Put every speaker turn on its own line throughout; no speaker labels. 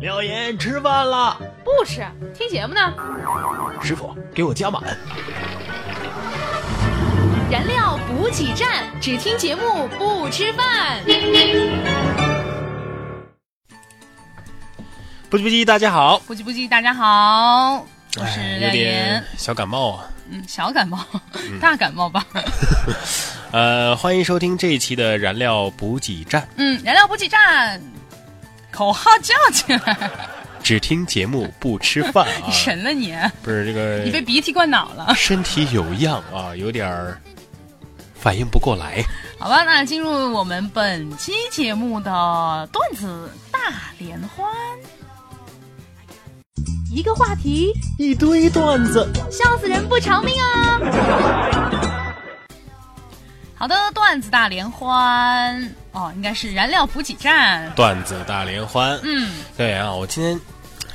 廖岩吃饭了，
不吃，听节目呢。
师傅给我加满。
燃料补给站，只听节目不吃饭。
不急不急，大家好，
不急不急，大家好，我是
哎，有
廖
点嗯
岩。
小感冒啊。
嗯，小感冒，大感冒吧。
呃，欢迎收听这一期的燃料补给站，
嗯，燃料补给站，口号叫起来，
只听节目不吃饭啊
你。神了你，
不是这
你被
个
鼻涕灌脑了。
身体有恙啊，有点儿反应不过来。
好吧，那进入我们本期节目的段子大联欢。一个话题，
一堆段子，
笑死人不偿命啊！ 好的，段子大联欢哦，应该是燃料补给站。
段子大联欢。
嗯
对啊，我今天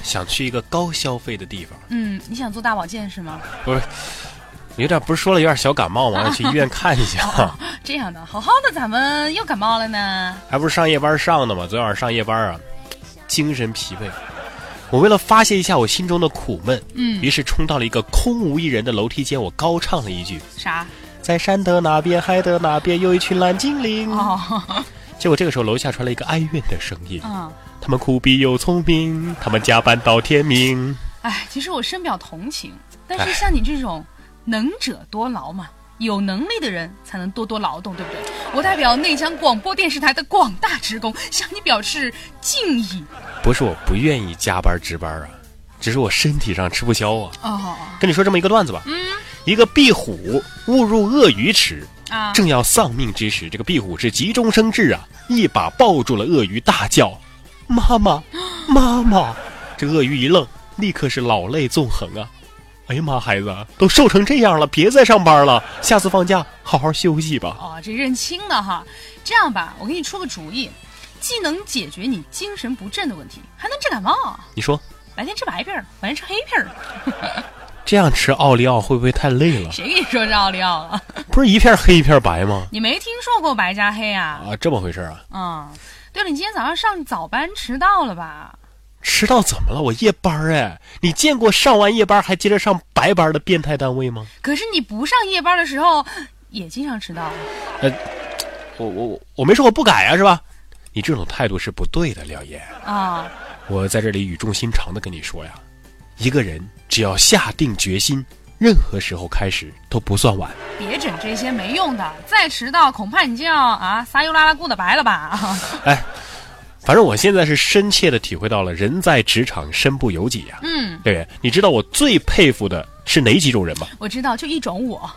想去一个高消费的地方，
嗯，你想做大保健是吗？
不是有点不是说了有点小感冒 吗？我要去医院看一下。啊
这样的，好好的，咱们又感冒了呢。
还不是上夜班上的嘛，昨天晚上上夜班啊，精神疲惫。我为了发泄一下我心中的苦闷，
嗯
于是冲到了一个空无一人的楼梯间，我高唱了一句
啥？：“
在山的哪边，海的哪边，有一群蓝精灵。
哦，
结果这个时候，楼下传来一个哀怨的声音
嗯，：“
他们苦逼又聪明，他们加班到天明。
哎，其实我深表同情，但
哎
是像你这种能者多劳嘛，有能力的人才能多多劳动，对不对？我代表内江广播电视台的广大职工向你表示敬意。”
不是我不愿意加班值班啊，只是我身体上吃不消啊。
哦
跟你说这么一个段子吧，
嗯
一个壁虎误入鳄鱼池，
啊，
正要丧命之时，这个壁虎是急中生智啊，一把抱住了鳄鱼，大叫：“妈妈， 妈 妈！”这鳄鱼一愣，立刻是老泪纵横啊！哎呀妈，孩子啊，都瘦成这样了，别再上班了，下次放假好好休息吧。
哦，这认清了哈。这样吧，我给你出个主意，既能解决你精神不振的问题，还能治感冒。
你说
白天吃白片儿，晚上吃黑片儿，
这样吃奥利奥会不会太累 了？
谁跟你说是奥利奥了？
不是一片黑一片白吗？
你没听说过白加黑啊？
啊，这么回事啊？
嗯，对了，你今天早上上早班迟到了吧？
迟到怎么了？我夜班哎，你见过上完夜班还接着上白班的变态单位吗？
可是你不上夜班的时候也经常迟到。
我我我我没说我不改啊，是吧？你这种态度是不对的，廖岩。
啊、
我在这里语重心长的跟你说呀，一个人只要下定决心，任何时候开始都不算晚。
别整这些没用的，再迟到恐怕你就要啊撒油拉拉裤的白了吧？
反正我现在是深切的体会到了人在职场身不由己呀、
嗯，
对，你知道我最佩服的是哪几种人吗？
我知道，就一种我。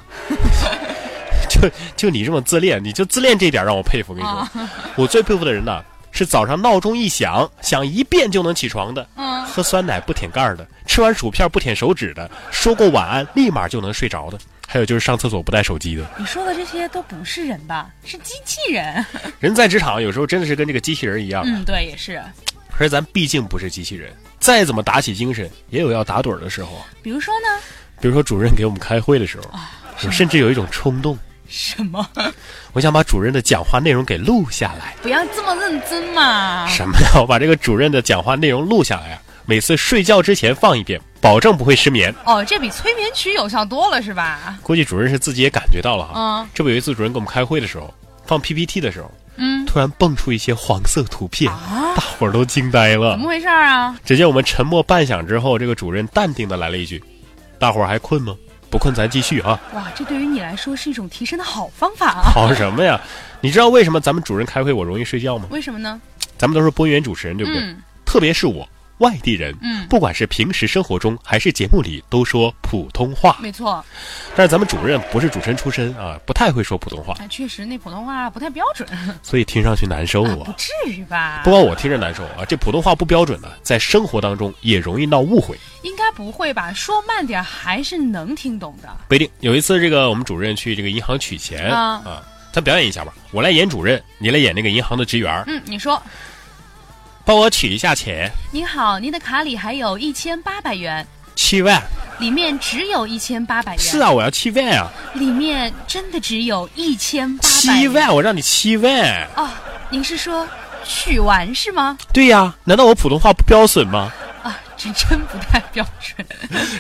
就就你这么自恋，你就自恋这点让我佩服。跟你说，
啊
我最佩服的人呢、是早上闹钟一响，响一遍就能起床的，
嗯
喝酸奶不舔盖儿的，吃完薯片不舔手指的，说过晚安立马就能睡着的，还有就是上厕所不带手机的。
你说的这些都不是人吧？是机器人。
人在职场有时候真的是跟这个机器人一样，
嗯，对，也是。
可是咱毕竟不是机器人，再怎么打起精神，也有要打盹儿的时候。
比如说呢？
比如说主任给我们开会的时候，
啊
我甚至有一种冲动，
什么？
我想把主任的讲话内容给录下来。
不要这么认真嘛！
什么呀？我把这个主任的讲话内容录下来啊，每次睡觉之前放一遍，保证不会失眠。
哦，这比催眠曲有效多了是吧？
估计主任是自己也感觉到了哈。
嗯
这不有一次主任给我们开会的时候，放 PPT 的时候，
嗯，
突然蹦出一些黄色图片，
啊，
大伙儿都惊呆了
怎。么回事儿啊？
只见我们沉默半晌之后，这个主任淡定的来了一句：“大伙儿还困吗？不困咱继续啊。
哇，这对于你来说是一种提升的好方法”啊！
好什么呀？你知道为什么咱们主任开会我容易睡觉吗？
为什么呢？
咱们都是播音员主持人，对不对？
嗯
特别是我外地人，
嗯，
不管是平时生活中还是节目里，都说普通话。
没错，
但是咱们主任不是主持人出身啊，不太会说普通话，
哎，确实那普通话不太标准，
所以听上去难受
不
啊。
至于吧
不？光我听着难受啊，这普通话不标准呢，在生活当中也容易闹误会。
应该不会吧？说慢点儿还是能听懂的。
不一定。有一次，这个我们主任去这个银行取钱
啊
咱表演一下吧，我来演主任，你来演那个银行的职员儿，
嗯，你说，
帮我取一下钱，
您好，您的卡里还有一千八百元，
七
哎
万。
里面只有一千八百元。
是啊，我要七万啊，
里面真的只有一千八百
七万，我让你七万。
啊哦，您是说取完是吗？
对呀、难道我普通话不标准吗？
啊，这真不太标准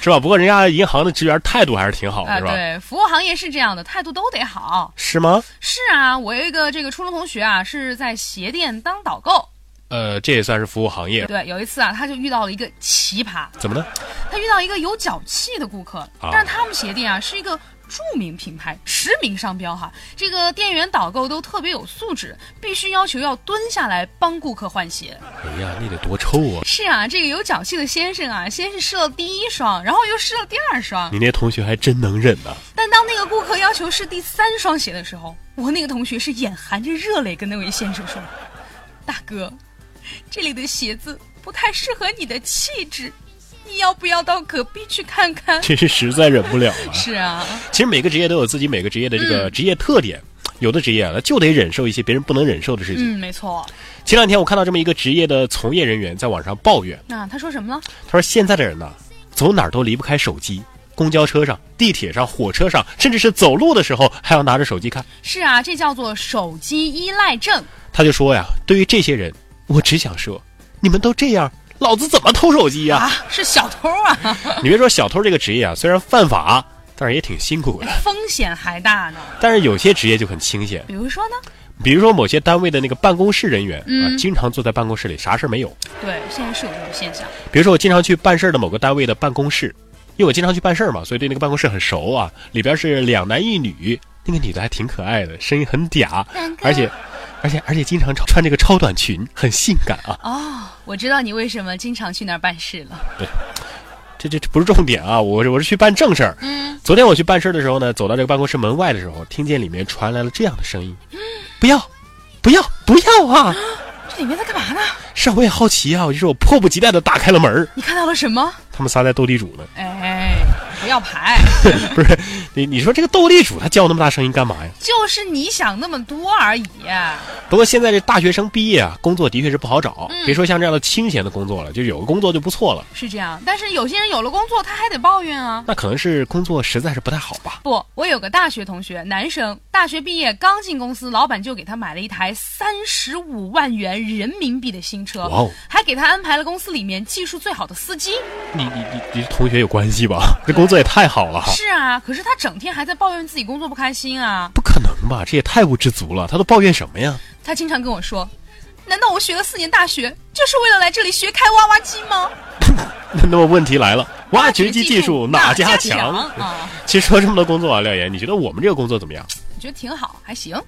是吧？不过人家银行的职员态度还是挺 好的，
啊。
是吧？
对，服务行业是这样的，态度都得好。
是吗？
是啊，我有一个这个初中同学啊，是在鞋店当导购。
呃，这也算是服务行业，
对，有一次啊，他就遇到了一个奇葩，
怎么呢？
他遇到一个有脚气的顾客，
啊
但是他们鞋店啊是一个著名品牌，实名商标哈。这个店员导购都特别有素质，必须要求要蹲下来帮顾客换鞋。
哎呀，那得多臭啊！
是啊，这个有脚气的先生啊，先是试了第一双，然后又试了第二双，
你那同学还真能忍呐、
但当那个顾客要求试第三双鞋的时候，我那个同学是眼含着热泪跟那位先生说：“大哥，这里的鞋子不太适合你的气质，你要不要到隔壁去看 看
这是实在忍不了了、？”
是嗯啊，
其实每个职业都有自己每个职业的这个职业特点，有的职业啊，那就得忍受一些别人不能忍受的事情。
嗯，没错。
前两天我看到这么一个职业的从业人员在网上抱怨，
那他说什么了？
他说现在的人呐，走哪儿都离不开手机，公交车上、地铁上、火车上，甚至是走路的时候还要拿着手机看。
是啊，这叫做手机依赖症。
他就说呀，对于这些人，我只想说，你们都这样，老子怎么偷手机呀、
啊，是小偷啊，
你别说小偷这个职业啊，虽然犯法，但是也挺辛苦的。
哎风险还大呢。
但是有些职业就很清闲，
比如说呢，
比如说某些单位的那个办公室人员、啊，
嗯
经常坐在办公室里，啥事儿没有。
对，现在是有这种现象。
比如说我经常去办事儿的某个单位的办公室，因为我经常去办事儿嘛，所以对那个办公室很熟啊。里边是两男一女，那个女的还挺可爱的，声音很嗲，而且，而且而且经常穿这个超短裙，很性感啊。
哦，我知道你为什么经常去那儿办事了。
这这这不是重点啊，我是我是去办正事儿。
嗯，
昨天我去办事儿的时候呢，走到这个办公室门外的时候，听见里面传来了这样的声音：不要，不要，不要啊！
这里面在干嘛呢？
是啊我也好奇啊，我就是我迫不及待的打开了门儿
你看到了什么？
他们仨在斗地主呢。
哎，不要牌，
不是你你说这个斗地主他叫那么大声音干嘛呀？
就是你想那么多而已。
不过现在这大学生毕业啊，工作的确是不好找，
嗯
别说像这样的清闲的工作了，就有个工作就不错了。
是这样，但是有些人有了工作，他还得抱怨啊。
那可能是工作实在是不太好吧？
不，我有个大学同学，男生，大学毕业刚进公司，老板就给他买了一台三十五万元人民币的新车
哇哦，
还给他安排了公司里面技术最好的司机。
你你你你同学有关系吧？ 这工作也太好 了哈！
是啊，可是他整天还在抱怨自己工作不开心啊。
不可能吧？这也太不知足了。他都抱怨什么呀？
他经常跟我说：“难道我学了四年大学，就是为了来这里学开挖挖机吗
那么问题来了，？”挖掘机技术哪家
强
强？
啊？
其实说这么多工作啊，廖岩，你觉得我们这个工作怎么样？
我觉得挺好，还行。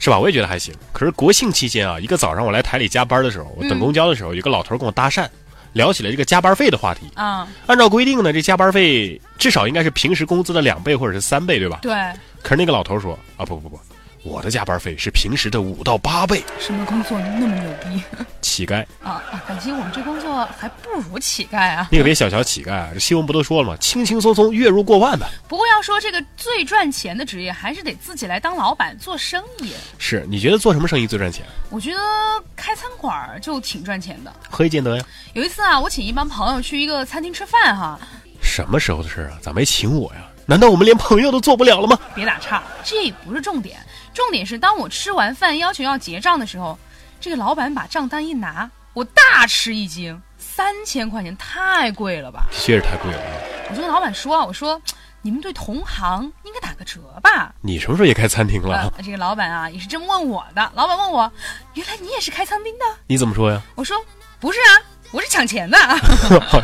是吧？我也觉得还行。可是国庆期间啊，一个早上我来台里加班的时候，我等
嗯
公交的时候，有个老头跟我搭讪，聊起了这个加班费的话题。
啊、
按照规定呢，这加班费至少应该是平时工资的两倍或者是三倍，对吧？
对，
可是那个老头说啊，不不不，我的加班费是平时的五到八倍。
什么工作那么牛逼
乞丐，
啊啊！感情我们这工作还不如乞丐啊。
你可别小瞧乞丐啊！这新闻不都说了吗？轻轻松松月入过万的。
不过要说这个最赚钱的职业，还是得自己来当老板做生意。
是你觉得做什么生意最赚钱？
我觉得开餐馆儿就挺赚钱的。
何以见得呀？
有一次啊，我请一帮朋友去一个餐厅吃饭哈，
什么时候的事儿啊？咋没请我呀？难道我们连朋友都做不了了吗？
别打岔，这不是重点，重点是当我吃完饭要求要结账的时候，这个老板把账单一拿，我大吃一惊，三千块钱太贵了吧？
的确是太贵了啊！
我就跟老板说啊，我说你们对同行应该打个折吧。
你什么时候也开餐厅了啊？
呃，这个老板啊也是这么问我的，老板问我，原来你也是开餐厅的？
你怎么说呀？
我说不是啊，我是抢钱的 啊。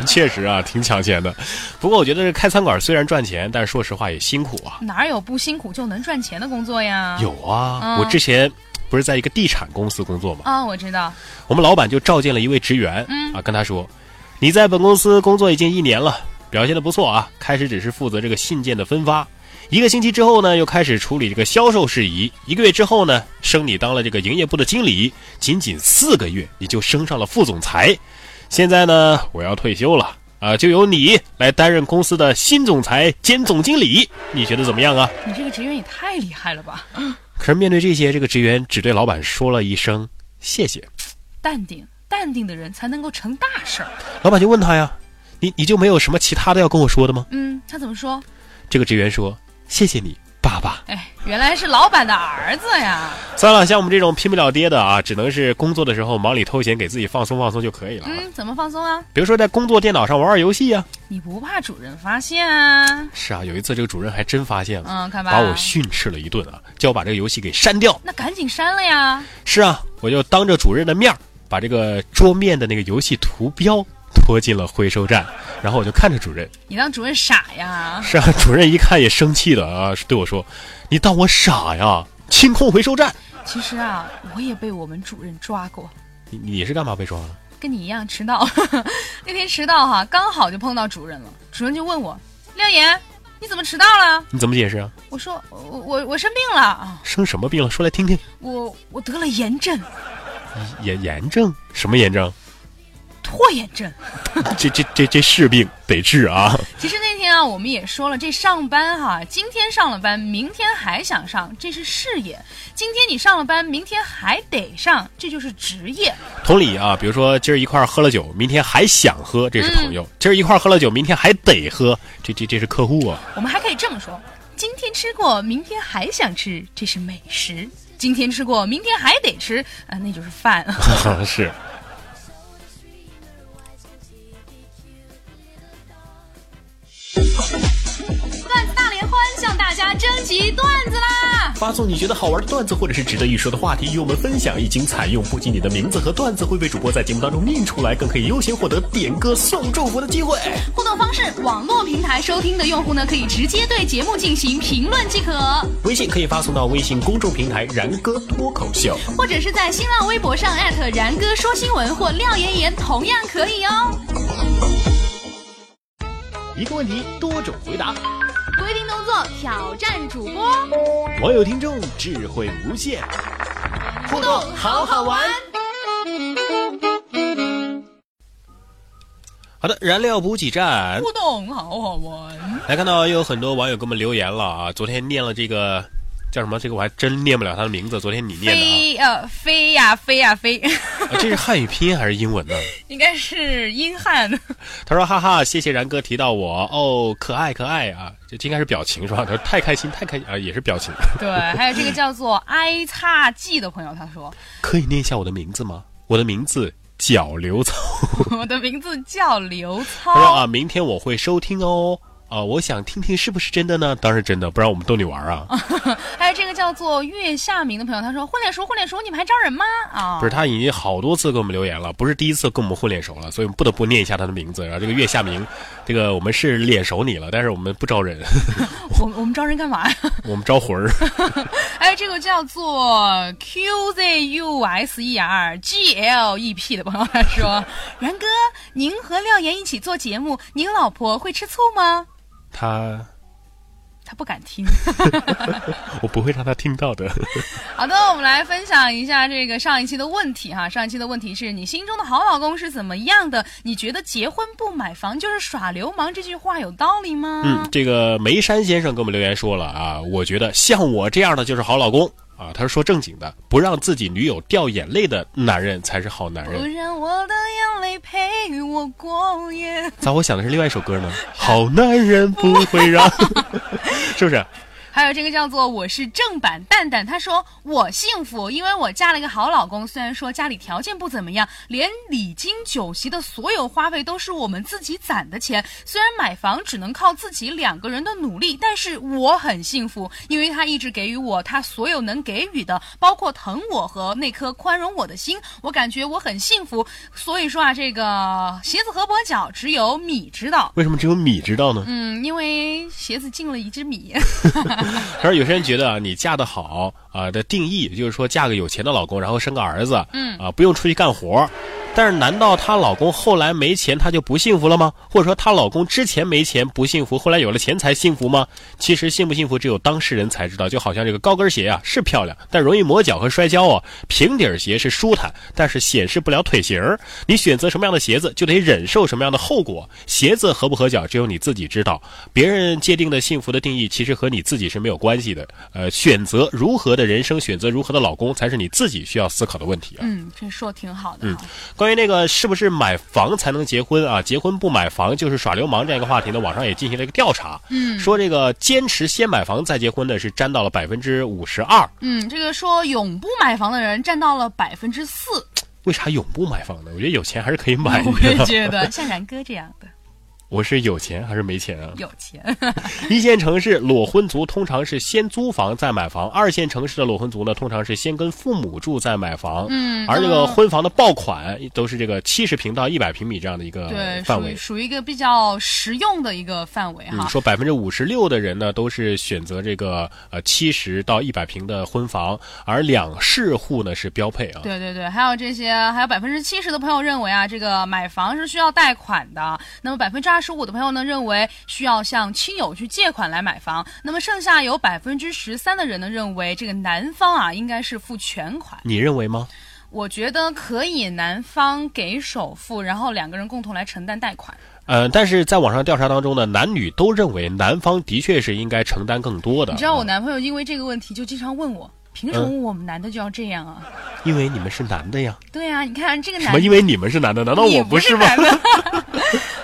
确实啊，挺抢钱的。不过我觉得这开餐馆虽然赚钱，但是说实话也辛苦啊。
哪有不辛苦就能赚钱的工作呀？
有啊，
嗯
我之前不是在一个地产公司工作嘛，
啊、我知道，
我们老板就召见了一位职员，
嗯
啊，跟他说，你在本公司工作已经一年了，表现的不错啊。开始只是负责这个信件的分发，一个星期之后呢，又开始处理这个销售事宜，一个月之后呢，升你当了这个营业部的经理，仅仅四个月你就升上了副总裁。现在呢，我要退休了。啊，就由你来担任公司的新总裁兼总经理，你觉得怎么样啊？
你这个职员也太厉害了吧！
可是面对这些，这个职员只对老板说了一声“谢谢
淡定，淡定的人才能够成大事儿。”。
老板就问他呀：“你你就没有什么其他的要跟我说的吗
嗯，他怎么说？？”
这个职员说：“谢谢你，爸爸。
哎，原来是老板的儿子呀！
算了，像我们这种拼不了爹的啊，只能是工作的时候忙里偷闲，给自己放松放松就可以了啊。
嗯，怎么放松啊？
比如说在工作电脑上玩玩游戏啊。
你不怕主任发现啊？
是啊，有一次这个主任还真发现了，
嗯，看吧，
把我训斥了一顿啊，叫我把这个游戏给删掉。
那赶紧删了呀！
是啊，我就当着主任的面儿把这个桌面的那个游戏图标拖进了回收站，然后我就看着主任。
你当主任傻呀？
是啊，主任一看也生气的啊，对我说：“你当我傻呀？清空回收站，
其实啊，我也被我们主任抓过，
你你是干嘛被抓了？
跟你一样迟到。 那天迟到哈、刚好就碰到主任了。主任就问我：“廖岩，你怎么迟到了
你怎么解释啊？？”
我说：“我我我生病了啊，
生什么病了？说来听听。
我我得了炎症，
炎炎症？什么炎症？
拖延症。”
这这这这是病得治啊！
其实那天啊，我们也说了，这上班哈、今天上了班，明天还想上，这是事业；今天你上了班，明天还得上，这就是职业。
同理啊，比如说今儿一块儿喝了酒，明天还想喝，这是朋友；今儿一块儿喝了酒，明天还得喝，这这这是客户啊。
我们还可以这么说：今天吃过，明天还想吃，这是美食；今天吃过，明天还得吃，啊、那就是饭。
是。
段子大联欢向大家征集段子啦！
发送你觉得好玩的段子或者是值得一说的话题与我们分享，一经采用，不仅你的名字和段子会被主播在节目当中念出来，更可以优先获得点歌送祝福的机会。
互动方式：网络平台收听的用户呢，可以直接对节目进行评论即可，
微信可以发送到微信公众平台“然哥脱口秀
或者是在新浪微博上艾特然哥说新闻或廖妍妍，同样可以哦。”。
一个问题多种回答，
规定动作挑战主播，
网友听众智慧无限，互动好好玩。好的，燃料补给站
互动好好玩。
来看到又有很多网友给我们留言了啊！昨天念了这个叫什么？这个我还真念不了他的名字。昨天你念的啊。
飞呃飞呀飞呀飞，
啊，这是汉语拼音还是英文呢？
应该是英汉。
他说：“哈哈，谢谢然哥提到我哦，可爱可爱啊！这这应该是表情是吧？他说太开心，太开心啊，也是表情。
对，还有这个叫做 i 叉 g 的朋友，他说
可以念一下我的名字吗？我的名字脚刘操。
我的名字叫刘
他说
操。
啊，明天我会收听哦。啊，我想听听是不是真的呢？当然真的，不然我们逗你玩啊。
还有这个叫做月下明的朋友，他说混脸熟混脸熟，你们还招人吗？啊
不，是，他已经好多次给我们留言了，不是第一次跟我们混脸熟了，所以我们不得不念一下他的名字。然后啊这个月下明，这个我们是脸熟你了，但是我们不招人，
我我们招人干嘛呀？
我们招魂儿。
还有这个叫做 QZUSER GLEP E 的朋友，他说然哥，您和廖岩一起做节目，您老婆会吃醋吗？
他，
他不敢听。
我不会让他听到的。
好的，我们来分享一下这个上一期的问题哈。上一期的问题是你心中的好老公是怎么样的？你觉得结婚不买房就是耍流氓这句话有道理吗？
嗯，这个梅山先生给我们留言说了啊，我觉得像我这样的就是好老公啊。他是说正经的，不让自己女友掉眼泪的男人才是好男
不
人。
让我的眼泪陪我过夜。
咋我想的是另外一首 歌呢？好男人不会让，是不是？
还有这个叫做我是正版蛋蛋，他说我幸福，因为我嫁了一个好老公。虽然说家里条件不怎么样，连礼金、酒席的所有花费都是我们自己攒的钱。虽然买房只能靠自己两个人的努力，但是我很幸福，因为他一直给予我他所有能给予的，包括疼我和那颗宽容我的心。我感觉我很幸福。所以说啊，这个鞋子合跛脚，只有米知道。
为什么只有米知道呢？
嗯，因为鞋子进了一只 米。
可是有些人觉得啊，你嫁得好啊、的定义就是说嫁个有钱的老公，然后生个儿子，
嗯
啊、不用出去干活儿。但是难道她老公后来没钱，她就不幸福了吗？或者说她老公之前没钱不幸福，后来有了钱才幸福吗？其实幸不幸福只有当事人才知道。就好像这个高跟鞋啊是漂亮，但容易磨脚和摔跤啊；平底儿鞋是舒坦，但是显示不了腿型儿。你选择什么样的鞋子，就得忍受什么样的后果。鞋子合不合脚，只有你自己知道。别人界定的幸福的定义，其实和你自己是没有关系的。呃，选择如何的的人生选择如何的老公，才是你自己需要思考的问题啊。
嗯，这说得挺好的、啊。
关于那个是不是买房才能结婚啊，结婚不买房就是耍流氓这样一个话题呢，网上也进行了一个调查，
嗯
说这个坚持先买房再结婚的是占到了百分之五十二，
嗯，这个说永不买房的人占到了百分之四，
为啥永不买房呢？我觉得有钱还是可以买
我也
的。
觉得像然哥这样的
我是有钱还是没钱啊？
有钱。
一线城市裸婚族通常是先租房再买房，二线城市的裸婚族呢，通常是先跟父母住再买房。
嗯
而这个婚房的爆款都是这个七十平到一百平米这样的一个
对，
范
属
围
于。属于一个比较实用的一个范围
嗯，
哈。
说百分之五十六的人呢，都是选择这个呃七十到一百平的婚房，而两室户呢是标配啊。
对对对，还有这些，还有百分之七十的朋友认为啊，这个买房是需要贷款的。那么百分之二十五的朋友呢，认为需要向亲友去借款来买房。那么剩下有百分之十三的人呢，认为这个男方啊应该是付全款。
你认为吗？
我觉得可以男方给首付，然后两个人共同来承担贷款。
呃，但是在网上调查当中呢，男女都认为男方的确是应该承担更多的。
你知道我
嗯
男朋友因为这个问题就经常问我，凭什么我们男的就要这样啊？
因为你们是男的呀。
对啊，你看这个
什
男
么？
的
因为你们是男的，难道
你
我
不
是吗？
男的。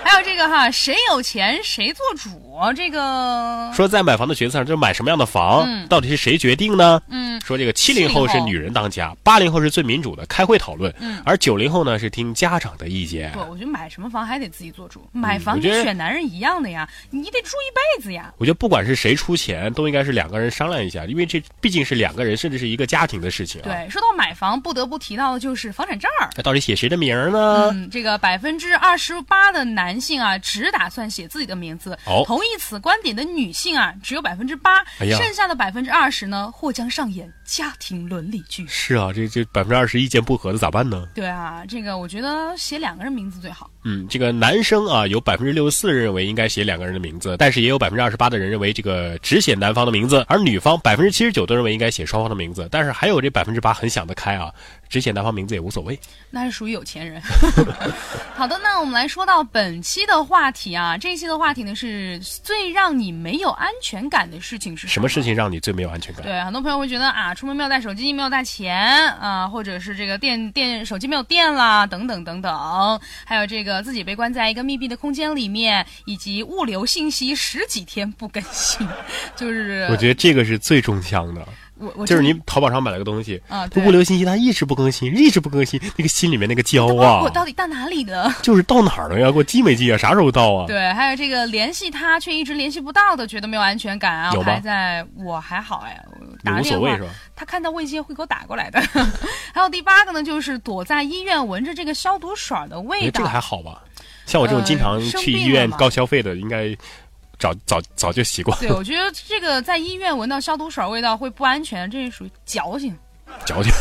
还有这个哈，谁有钱谁做主，这个
说在买房的决策上，就是买什么样的房，
嗯
到底是谁决定呢？
嗯
说这个七零后是
70后
女人当家，八零后是最民主的，开会讨论，
嗯
而九零后呢是听家长的意见
不，。我觉得买什么房还得自己做主，买房
嗯我
跟
觉得
选男人一样的呀，你得住一辈子呀。
我觉得不管是谁出钱，都应该是两个人商量一下，因为这毕竟是两个人，甚至是一个家庭的事情啊。
对，说到买房，不得不提到的就是房产证儿。
那到底写谁的名儿呢？
嗯，这个百分之二十八的男性啊，只打算写自己的名字。
哦
同意此观点的女性啊，只有百分之八，
哎呀
剩下的百分之二十呢，或将上演家庭伦理剧。
是啊，这这百分之二十意见不合的咋办呢？
对啊，这个我觉得写两个人名字最好。
嗯，这个男生啊，有百分之六十四认为应该写两个人的名字，但是也有百分之二十八的人认为这个只写男方的名字，而女方百分之七十九都认为应该写双方的名字，但是还有这百分之八很想得开啊，只写男方名字也无所谓。
那是属于有钱 人。好的，那我们来说到本期的话题啊，这一期的话题呢是最让你没有安全感的事情是
什
么
么事？情让你最没有安全感？
对，很多朋友会觉得啊，出门没有带手机，没有带钱啊，或者是这个电电手机没有电啦，等等等等，还有这个自己被关在一个密闭的空间里面，以及物流信息十几天不更新， 就是
我觉得这个是最中枪的，
我我
就是
真
你淘宝上买了个东西，它
啊，对
物流信息它一直不更新，一直不更新，那个心里面那个焦
我
啊，
到底到哪里呢？
就是到哪儿了呀？给我寄没寄啊？啥时候到啊？
对，还有这个联系他却一直联系不到的，觉得没有安全感啊。
有
我
吗
还在我还好哎，我
也
打
无
电
所谓
话
是吧？
他看到未接会给我打过来的。 还有第八个呢，就是躲在医院闻着这个消毒水的
哎，
味
这
道。啊
个还好吧？像我这种经常
呃生
去
病
医院
了嘛
高消费的，应该早早早就习惯
对，我觉得这个在医院闻到消毒水味道会不安全，这是属于矫情。嗯
矫 情。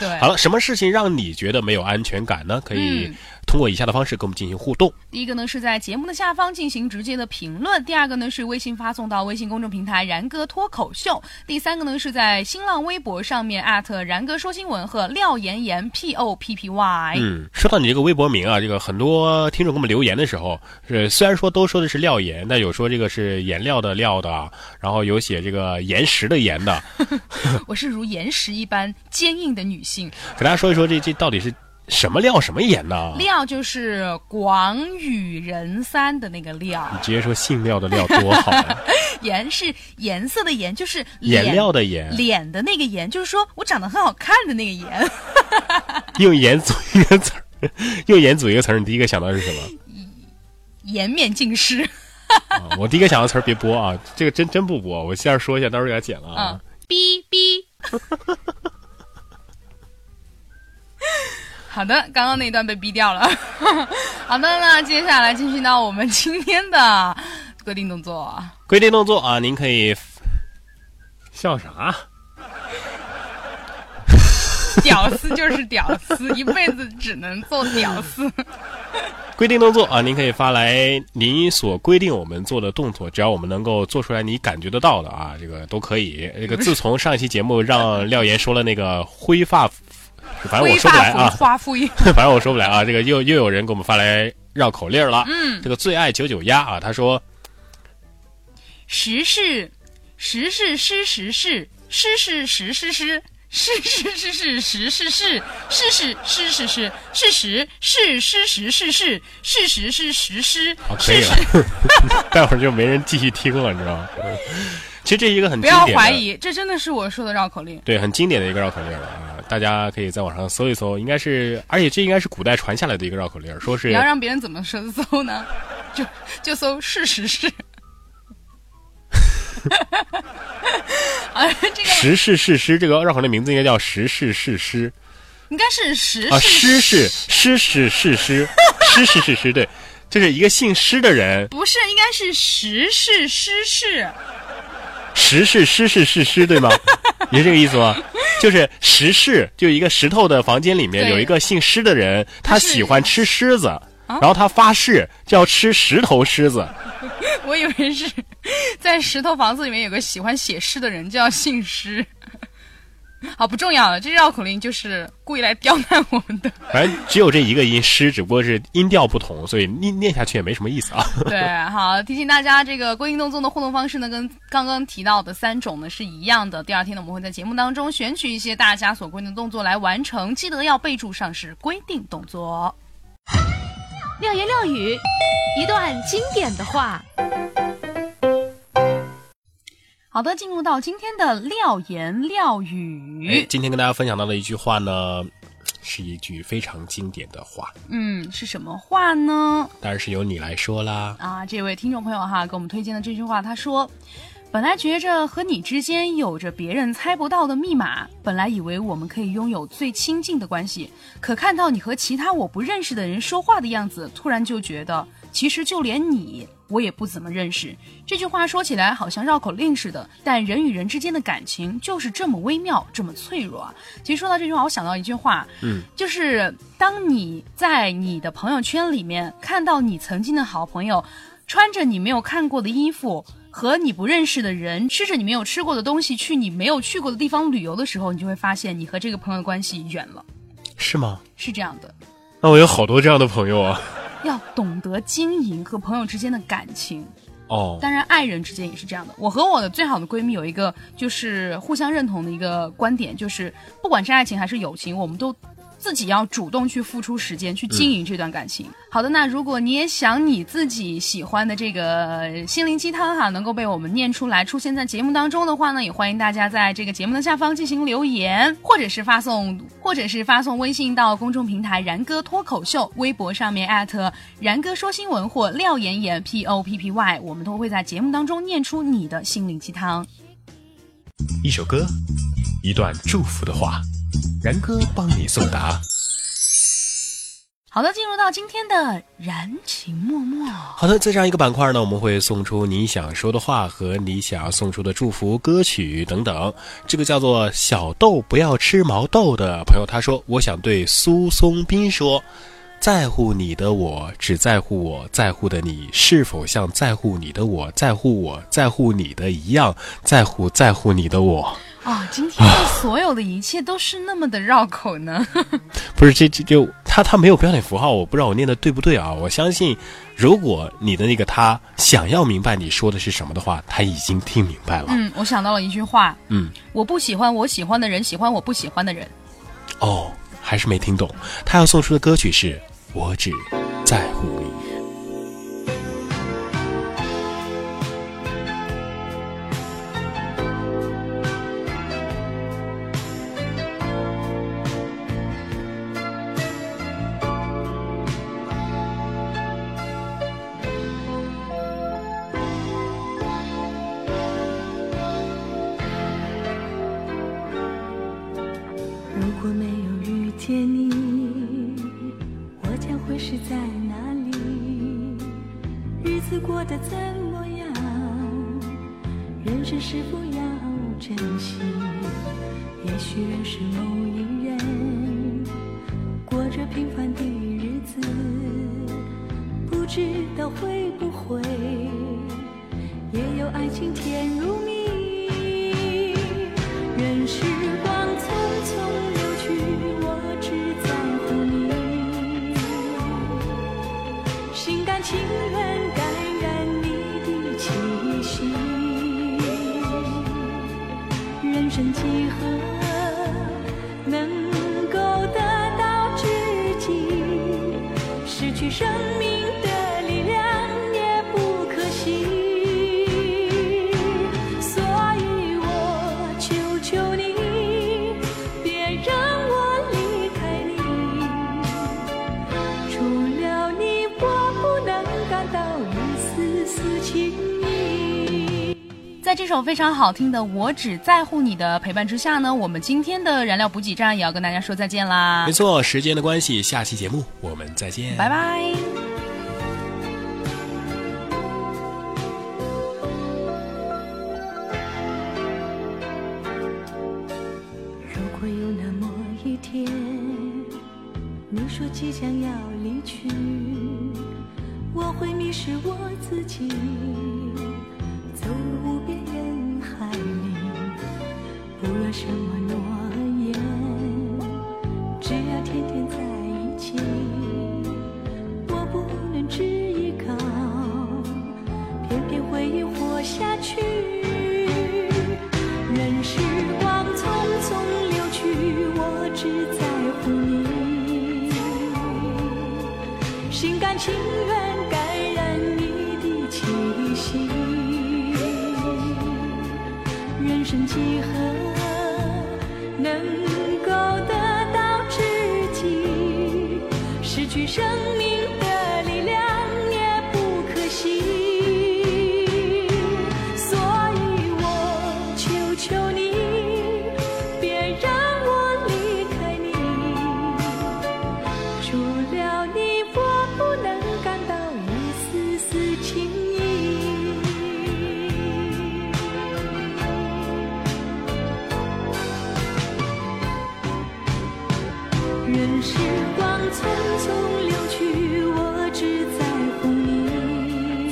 对
好，了，什么事情让你觉得没有安全感呢？可以
嗯
通过以下的方式跟我们进行互动。
第一个呢是在节目的下方进行直接的评论，第二个呢是微信发送到微信公众平台“然哥脱口秀”，第三个呢是在新浪微博上面艾特“然哥说新闻”和廖妍妍 P O P P Y。
嗯，说到你这个微博名啊，这个很多听众给我们留言的时候，是虽然说都说的是廖岩，但有说这个是颜料的料的啊，然后有写这个岩石的岩的，
我是如岩石一般坚硬的女性。
给大家说一说这这到底是什么料什么岩呢？
廖就是广与人三的那个廖，
你直接说姓廖的廖多好 呀、
颜是颜色的颜，就是脸
颜料的颜，
脸的那个颜，就是说我长得很好看的那个颜。
用颜组一个词儿，用颜组一个词儿，你第一个想到的是什么？
颜面尽失。
啊，我第一个想到的词儿别播啊，这个真真不播，我先说一下，到时候给它剪了啊。
嗯，哔哔。 好的，刚刚那一段被逼掉了。 好的，那接下来进行到我们今天的规定动作。
规定动作啊，您可以笑啥？
屌丝就是屌 丝，一辈子只能做屌丝。
规定动作啊，您可以发来您所规定我们做的动作，只要我们能够做出来，你感觉得到的啊，这个都可以。这个自从上一期节目让廖岩说了那个灰发，反正我
灰
说不来
发
啊
浮，花敷衍。
反正我说不来啊，这个又又有人给我们发来绕口令了。嗯，这个最爱九九鸭啊，他说
时事，时事失时事，是是是是是。是是是是是是是是是是是是事实是事实是是事实是实施
啊，可
事
以
实
了， 待会儿就没人继续听了，你知道吗？嗯其实这一个很
不
经
要
典的
怀疑，这真的是我说的绕口令。
对，很经典的一个绕口令了啊！大家可以在网上搜一搜，应该是，而且这应该是古代传下来的一个绕口令，说是
你要让别人怎么搜搜呢？就就搜事实是。啊，这
“
个
时事事诗”这个绕口令名字应该叫“时事事诗
应该是实”
啊，“诗
是
是诗是事诗，诗是事诗”，对，这是一个姓施的人，
不是应该是实是诗是
时是诗是事诗， 对吗？你是这个意思吗？就是石室，就一个石头的房间里面
对
有一个姓施的人，他
是啊
喜欢吃狮子，然后他发誓就要吃十头狮子。
我以为是在石头房子里面有个喜欢写诗的人叫姓诗。好，不重要了，这绕口令就是故意来刁难我们的。
反正只有这一个音诗，只不过是音调不同，所以念念下去也没什么意思啊。
对，好，提醒大家，这个归因动作的互动方式呢，跟刚刚提到的三种呢是一样的。第二天呢，我们会在节目当中选取一些大家所规定的动作来完成，记得要备注上是规定动作。哦
六言六语，一段经典的话。
好的，进入到今天的廖言廖
哎
语，
今天跟大家分享到的一句话呢，是一句非常经典的话，
嗯，是什么话呢？
当然是由你来说啦。
啊，这位听众朋友哈，给我们推荐的这句话，他说：“本来觉着和你之间有着别人猜不到的密码，本来以为我们可以拥有最亲近的关系，可看到你和其他我不认识的人说话的样子，突然就觉得，其实就连你我也不怎么认识。”这句话说起来好像绕口令似的，但人与人之间的感情就是这么微妙，这么脆弱啊。其实说到这句话，我想到一句话，就是当你在你的朋友圈里面看到你曾经的好朋友穿着你没有看过的衣服，和你不认识的人吃着你没有吃过的东西，去你没有去过的地方旅游的时候，你就会发现你和这个朋友的关系远了。
是吗？
是这样的，
那我有好多这样的朋友啊。
要懂得经营和朋友之间的感情。
哦，
当然，爱人之间也是这样的。我和我的最好的闺蜜有一个就是互相认同的一个观点，就是不管是爱情还是友情，我们都自己要主动去付出时间去经营这段感情。好的，那如果你也想你自己喜欢的这个呃心灵鸡汤哈，能够被我们念出来，出现在节目当中的话呢，也欢迎大家在这个节目的下方进行留言，或者是发送，或者是发送微信到公众平台“然哥脱口秀”，微博上面艾特“然哥说新闻”或“廖妍妍 P O P P Y”，我们都会在节目当中念出你的心灵鸡汤。
一首歌，一段祝福的话，然哥帮你送达。
好的，进入到今天的燃情脉脉。
好的，在这样一个板块呢，我们会送出你想说的话和你想要送出的祝福歌曲等等。这个叫做“小豆不要吃毛豆”的朋友，他说：“我想对苏松斌说，在乎你的我，只在乎我在乎的你，是否像在乎你的我在乎我在乎你的一样，在乎在乎你的我？
啊、今天的所有的一切都是那么的绕口呢。
不是这这就他他没有标点符号，我不知道我念的对不对啊？我相信，如果你的那个他想要明白你说的是什么的话，他已经听明白了。
嗯，我想到了一句话，
嗯，
我不喜欢我喜欢的人喜欢我不喜欢的人。
哦，还是没听懂。他要送出的歌曲是《我只在乎你》。
如果没有遇见你，我将会是在哪里？日子过得怎么样？人生是否要珍惜？也许认识某一人，过着平凡的日子，不知道会不会也有爱情甜如蜜。任时光匆匆流去，我只在乎你。心甘情愿感染你的气息。任时生几何，能够得到知己，失去生命的力量也不可惜。所以我求求你，别让我离开你，除了你，我不能感到一丝丝情意。
在这首非常好听的《我只在乎你》的陪伴之下呢，我们今天的燃料补给站也要跟大家说再见啦
没，错，时间的关系，下期节目我们再见，
啊拜拜。
如果有那么一天，你说即将要离去，我会迷失我自己，走入无边人海里。不论什么诺言，只要天天在一起，我不能只依靠，偏偏回忆活下去。任时光匆匆流去，我只在乎你，心甘情愿感染你的气息。人生几何，能够得到知己，失去生命的力量也不可惜。所以我求求你，别让我离开你，除了你，我不能感到一丝丝情意。任时光匆匆流去，我只在乎你，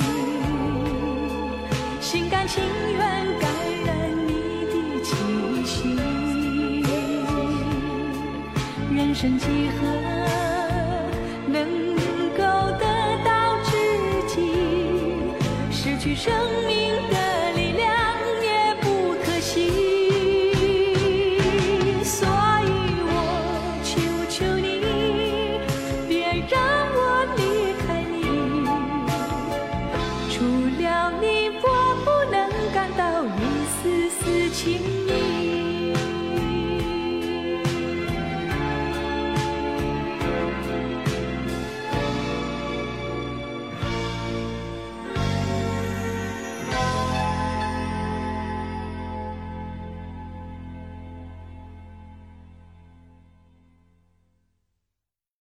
心甘情愿感染你的气息。人生几何，能够得到知己，失去生命的力量也不可惜。所以我求求你，别让我离开你，除了你，我不能感到一丝丝情意。